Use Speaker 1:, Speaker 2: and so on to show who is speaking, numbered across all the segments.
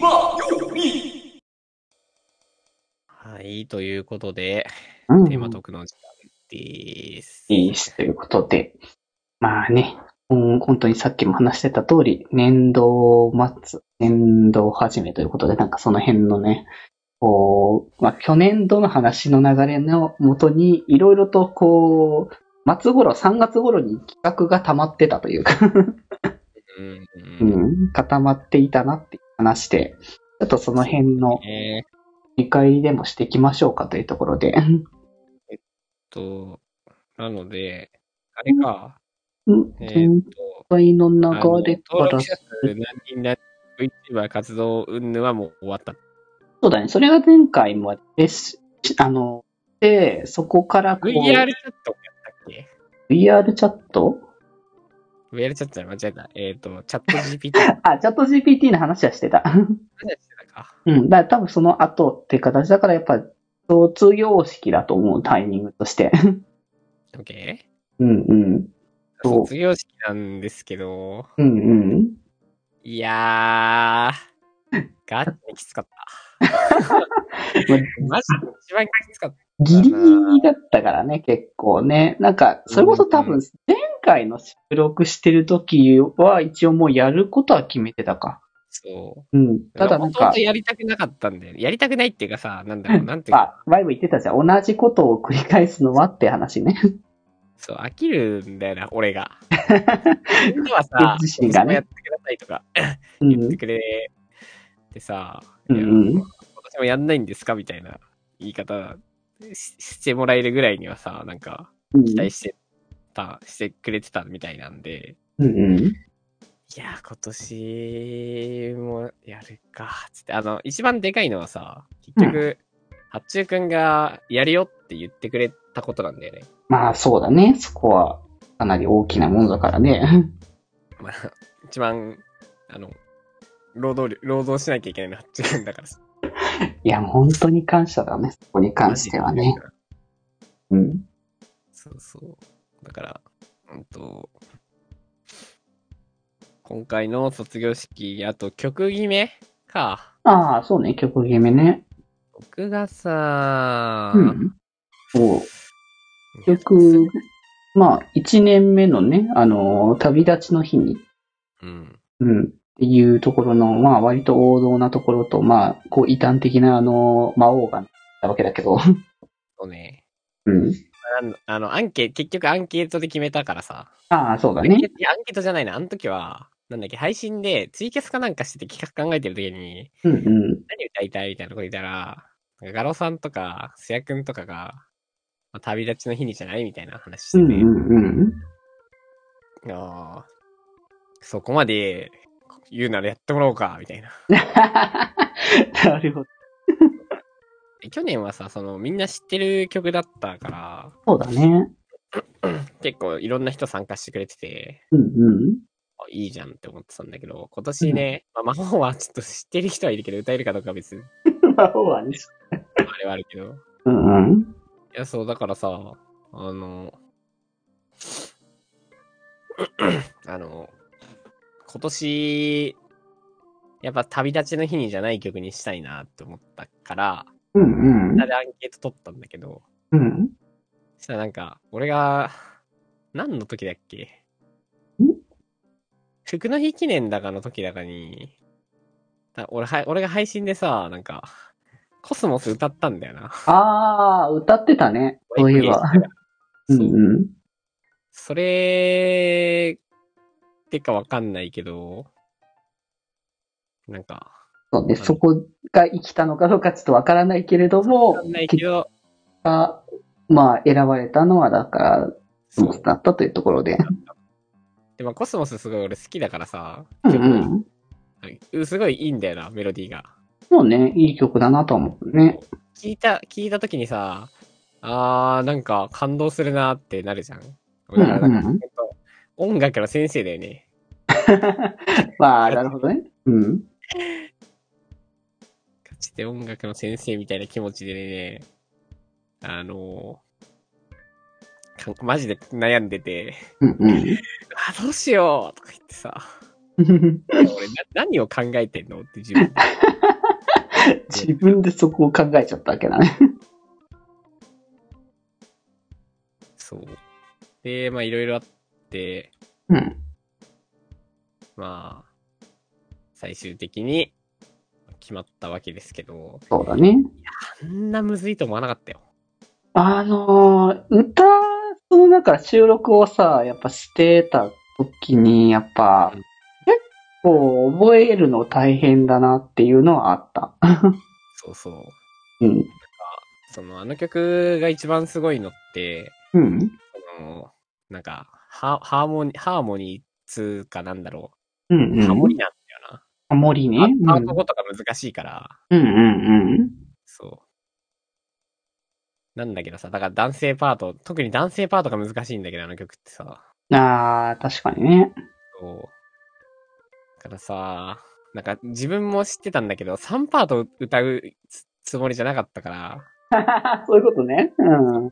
Speaker 1: まより。
Speaker 2: はい、ということで、
Speaker 3: うん。
Speaker 2: テーマトークの時間です。
Speaker 3: いいし、ということで。まあね、うん、本当にさっきも話してた通り、年度末、年度始めということで、なんかその辺のね、こう、まあ、去年度の話の流れのもとに、いろいろとこう、末頃、3月頃に企画が溜まってたというか、
Speaker 2: うん
Speaker 3: う。ん、固まっていたなって話して、ちょっとその辺の
Speaker 2: えーっ
Speaker 3: 振り返りでもしていきましょうかというところで。
Speaker 2: と、なので、あれか、
Speaker 3: うん、
Speaker 2: えー
Speaker 3: 全
Speaker 2: っと、
Speaker 3: 体の
Speaker 2: あの
Speaker 3: 流れか
Speaker 2: 登
Speaker 3: ら
Speaker 2: 録、者数何人何 VTuber 活動云々はもう終わった。
Speaker 3: そうだね。それが前回もです。あの、で、そこからこう
Speaker 2: VR チャットやったっけ
Speaker 3: VR チャット
Speaker 2: ?VR チャットじゃない間違えた。えーっと、チャット GPT の話
Speaker 3: あ、チャット GPT の話はしてた。
Speaker 2: してたか。
Speaker 3: うん。だから多分その後って形だからやっぱ、卒業式だと思う、タイミングとして。
Speaker 2: OK?
Speaker 3: うんうん。そう
Speaker 2: 卒業式なんですけど、
Speaker 3: うんうん。
Speaker 2: いやー、ガチできつか った。マジで一番きつかった。
Speaker 3: ギリギリだったからね、結構ね。なんか、それこそ多
Speaker 2: うんう
Speaker 3: 分、前回の収録してる時は一応もうやることは決めてたか。
Speaker 2: そう。
Speaker 3: うん。ただなん
Speaker 2: もとも
Speaker 3: か
Speaker 2: と、やりたくなかったんだよね。やりたくないっていうかさ、なんだろう、なんていう
Speaker 3: ま
Speaker 2: か、
Speaker 3: あ、前も言ってたじゃん。同じことを繰り返すのはって話ね。
Speaker 2: そう、飽きるんだよな、俺 が。みんなはさ、
Speaker 3: 自身が
Speaker 2: いつも
Speaker 3: ね
Speaker 2: やってくださいとか
Speaker 3: う
Speaker 2: 言って
Speaker 3: ん。
Speaker 2: くれてさ、
Speaker 3: うんうん
Speaker 2: いや今年もやんないんですかみたいな言い方ししてもらえるぐらいにはさ、なんか、期待してた、してくれてたみたいなんで、
Speaker 3: うんうん。
Speaker 2: いや、今年もやるか、つって。あの、一番でかいのはさ、結局、八中くんがやるよって言ってくれたことなんだよね。
Speaker 3: まあ、そうだね。そこは、かなり大きなものだからね。
Speaker 2: まあ、 一番、あの、労働力、労働しなきゃいけないのは八中くんだからさ。
Speaker 3: いや、本当に感謝だね。そこに関してはね。。うん。
Speaker 2: そうそう。だから、うんと、今回の卒業式、あと曲決めか。
Speaker 3: ああ、そうね。曲決めね。
Speaker 2: 僕がさ、
Speaker 3: うん。そう。結局、まあ、一年目のね、あのー、旅立ちの日に、
Speaker 2: うん。
Speaker 3: うん、っていうところの、まあ、割と王道なところと、まあ、こう、異端的な、あのー、魔王が、たわけだけど、
Speaker 2: そうね。
Speaker 3: うん。
Speaker 2: なんあの、アンケ結局アンケートで決めたからさ。
Speaker 3: ああ、そうだ
Speaker 2: アンケ
Speaker 3: ね
Speaker 2: ー。トいやアンケートじゃないな、あの時は、なんだっけ、配信でツイキャスかなんかしてて企画考えてる時に、
Speaker 3: うんうん。
Speaker 2: 何歌いたいみたいなこと言ったら、なんかガロさんとか、スヤくんとかが、まあ旅立ちの日にじゃないみたいな話し
Speaker 3: う
Speaker 2: て
Speaker 3: ん
Speaker 2: て、
Speaker 3: うんうん。
Speaker 2: ああそこまで言うならやってもらおうか、みたいな。
Speaker 3: なるほど。
Speaker 2: で去年はさ、その、みんな知ってる曲だったか
Speaker 3: そうだね。
Speaker 2: ら、結構いろんな人参加してくれてて、
Speaker 3: うんうん。
Speaker 2: あいいじゃんって思ってたんだけど、今年ね、まあ、魔法はちょっと知ってる人はいるけど、歌えるかどうかは別に、
Speaker 3: 魔王はね。
Speaker 2: あれはあるけど。い
Speaker 3: うんうん。
Speaker 2: や、そう、だからさ、あの、 あの、今年、やっぱ旅立ちの日にじゃない曲にしたいなって思ったから、
Speaker 3: うんうん
Speaker 2: みん。なでアンケート取ったんだけど、
Speaker 3: うん。
Speaker 2: そしたらなんか、俺が、何の時だっけ
Speaker 3: ん
Speaker 2: 服の日記念だかの時だかに、だ俺は、俺が配信でさ、なんか、コスモス歌ったんだよな。
Speaker 3: ああ、歌ってたね。そういえば。う
Speaker 2: そ
Speaker 3: ん
Speaker 2: う。
Speaker 3: うん。
Speaker 2: それ、ってかわかんないけど、なんか、
Speaker 3: そうね。そこが生きたのかどうかちょっとわからないけれども
Speaker 2: わか、んないけど、
Speaker 3: 結果、まあ、選ばれたのは、だから、ス
Speaker 2: そ
Speaker 3: モ
Speaker 2: う
Speaker 3: ス。だったというところで。
Speaker 2: で、まあ、コスモスすごい俺好きだからさ、
Speaker 3: うん
Speaker 2: 曲
Speaker 3: うん。
Speaker 2: はいすごいいいんだよな、メロディーが。
Speaker 3: そうね。いい曲だなと思うね。
Speaker 2: 聞いた、聞いたときにさ、あー、なんか感動するなってなるじゃん。
Speaker 3: うんうん
Speaker 2: だからなんか、音楽の先生だよね。
Speaker 3: まあ、なるほどね。うん。
Speaker 2: かつて音楽の先生みたいな気持ちでね、あのーかマジで悩んでて、
Speaker 3: うんうん。
Speaker 2: あ、どうしようとか言ってさ、俺な何を考えてんのって自分で。
Speaker 3: 自分でそこを考えちゃったわけだね。
Speaker 2: そう。で、まあいろいろあって、
Speaker 3: うん。
Speaker 2: まあ、最終的に決まったわけですけど、
Speaker 3: そうだね。
Speaker 2: あんなむずいと思わなかったよ。
Speaker 3: あのー歌、その中収録をさ、やっぱしてた時に、やっぱ、
Speaker 2: うん
Speaker 3: 結構覚えるの大変だなっていうのはあった。
Speaker 2: そうそう。
Speaker 3: うん。
Speaker 2: その、あの曲が一番すごいのって、
Speaker 3: うん。
Speaker 2: その、なんか、ハハーモニー、ハーモニーつうかなんだろ
Speaker 3: うん、
Speaker 2: う。
Speaker 3: うん。
Speaker 2: ハモリなんだよ
Speaker 3: ハモリね。
Speaker 2: な。あ
Speaker 3: う
Speaker 2: あ
Speaker 3: ん
Speaker 2: のことが難しいから、
Speaker 3: うんうんうん。
Speaker 2: そう。なんだけどさ、だから男性パート、特に男性パートが難しいんだけど、あの曲ってさ。
Speaker 3: あー、確かにね。
Speaker 2: そう。だからさ、なんか自分も知ってたんだけど、3パート歌うつつもりじゃなかったから、
Speaker 3: そういうことね。うん。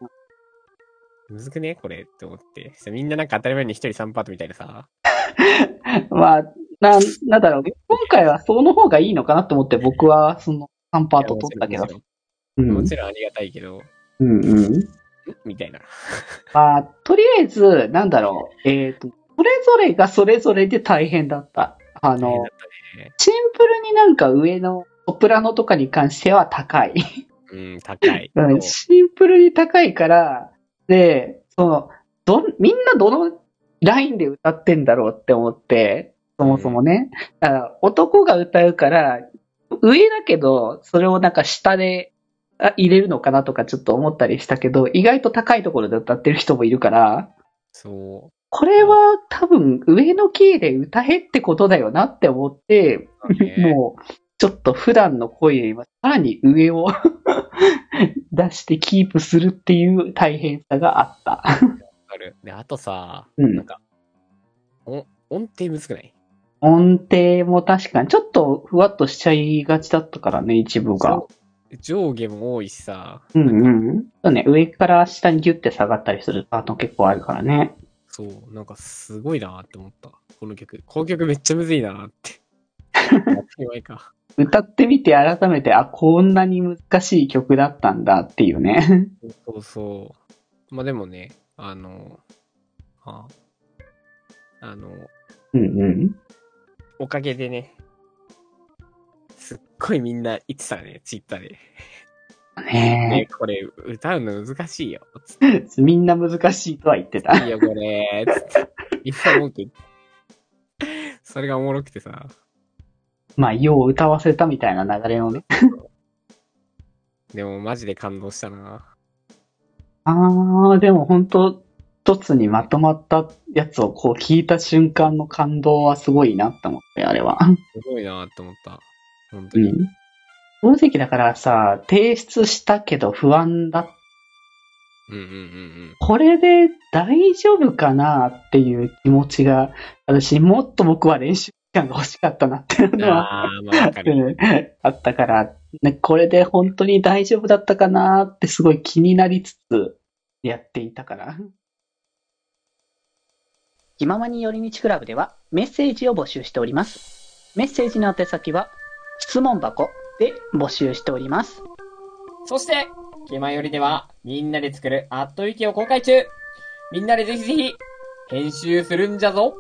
Speaker 2: むずくねこれって思って。そしたらみんななんか当たり前に一人3パートみたいなさ。
Speaker 3: まあ、な、なんだろう。今回はその方がいいのかなと思って僕はその3パート取ったけど
Speaker 2: もち。ろん
Speaker 3: うん。う
Speaker 2: も
Speaker 3: ん
Speaker 2: ちろんありがたいけど、ん
Speaker 3: うん。
Speaker 2: みたいな。
Speaker 3: まあ、とりあえず、なんだろう。えっ、と、それぞれがそれぞれで大変だった。
Speaker 2: 大
Speaker 3: あ
Speaker 2: 変だ
Speaker 3: の
Speaker 2: っ、
Speaker 3: シンプルになんか上のソプラノとかに関しては高い。
Speaker 2: たねうん、高い。
Speaker 3: うん
Speaker 2: そう
Speaker 3: シンプルに高いから、で、その、どん、みんなどのラインで歌ってんだろうって思って、そもそもね。だから男が歌うから、上だけど、それをなんか下であ入れるのかなとかちょっと思ったりしたけど、意外と高いところで歌ってる人もいるから、
Speaker 2: そう。
Speaker 3: これは多分上のキーで歌えってことだよなって思って、
Speaker 2: そうね
Speaker 3: もうちょっと普段の声よりはさらに上を 出してキープするっていう大変さがあった。
Speaker 2: ある。で、あとさ、
Speaker 3: うん
Speaker 2: なんか、お音程むずくない
Speaker 3: 音程も確かにちょっとふわっとしちゃいがちだったからね、一部が。
Speaker 2: 上下も多いしさ、
Speaker 3: うんうん。そうね、上から下にギュッて下がったりするパート結構あるからね。
Speaker 2: そう、なんかすごいなって思った。この曲。この曲めっちゃむずいな って。弱いか。
Speaker 3: 歌ってみて改めて、あ、こんなに難しい曲だったんだっていうね。
Speaker 2: そうそう。まあでもね、あの、ああの、
Speaker 3: うんうん。
Speaker 2: おかげでね、すっごいみんな言ってたね、ツイッターで。ね
Speaker 3: ね
Speaker 2: これ歌うの難しいよ。つっ
Speaker 3: え、みんな難しいとは言って
Speaker 2: て
Speaker 3: た。
Speaker 2: いいよ、これ。つって。いっぱい文句言ってそれがおもろくてさ。
Speaker 3: まあ、よう歌わせたみたいな流れのね。
Speaker 2: でもマジで感動したな。
Speaker 3: あー、でも本当一つにまとまったやつをこう聞いた瞬間の感動はすごいなって思って、あれは。
Speaker 2: すごいなって思った。本当
Speaker 3: う
Speaker 2: に。
Speaker 3: ん。正直だからさ、提出したけど不安だ。
Speaker 2: うんうんうん
Speaker 3: これで大丈夫かなっていう気持ちが、私もっと僕は練習時間が欲しかったなっていう
Speaker 2: うん。
Speaker 3: のは。
Speaker 2: ああ、まあわか る。
Speaker 3: うんあったから、ね、これで本当に大丈夫だったかなってすごい気になりつつやっていたから。気ままに寄り道クラブではメッセージを募集しております。メッセージの宛先は質問箱で募集しております。
Speaker 2: そして、気まよりでは、みんなで作るアットウィキを公開中みんなでぜひぜひ、編集するんじゃぞ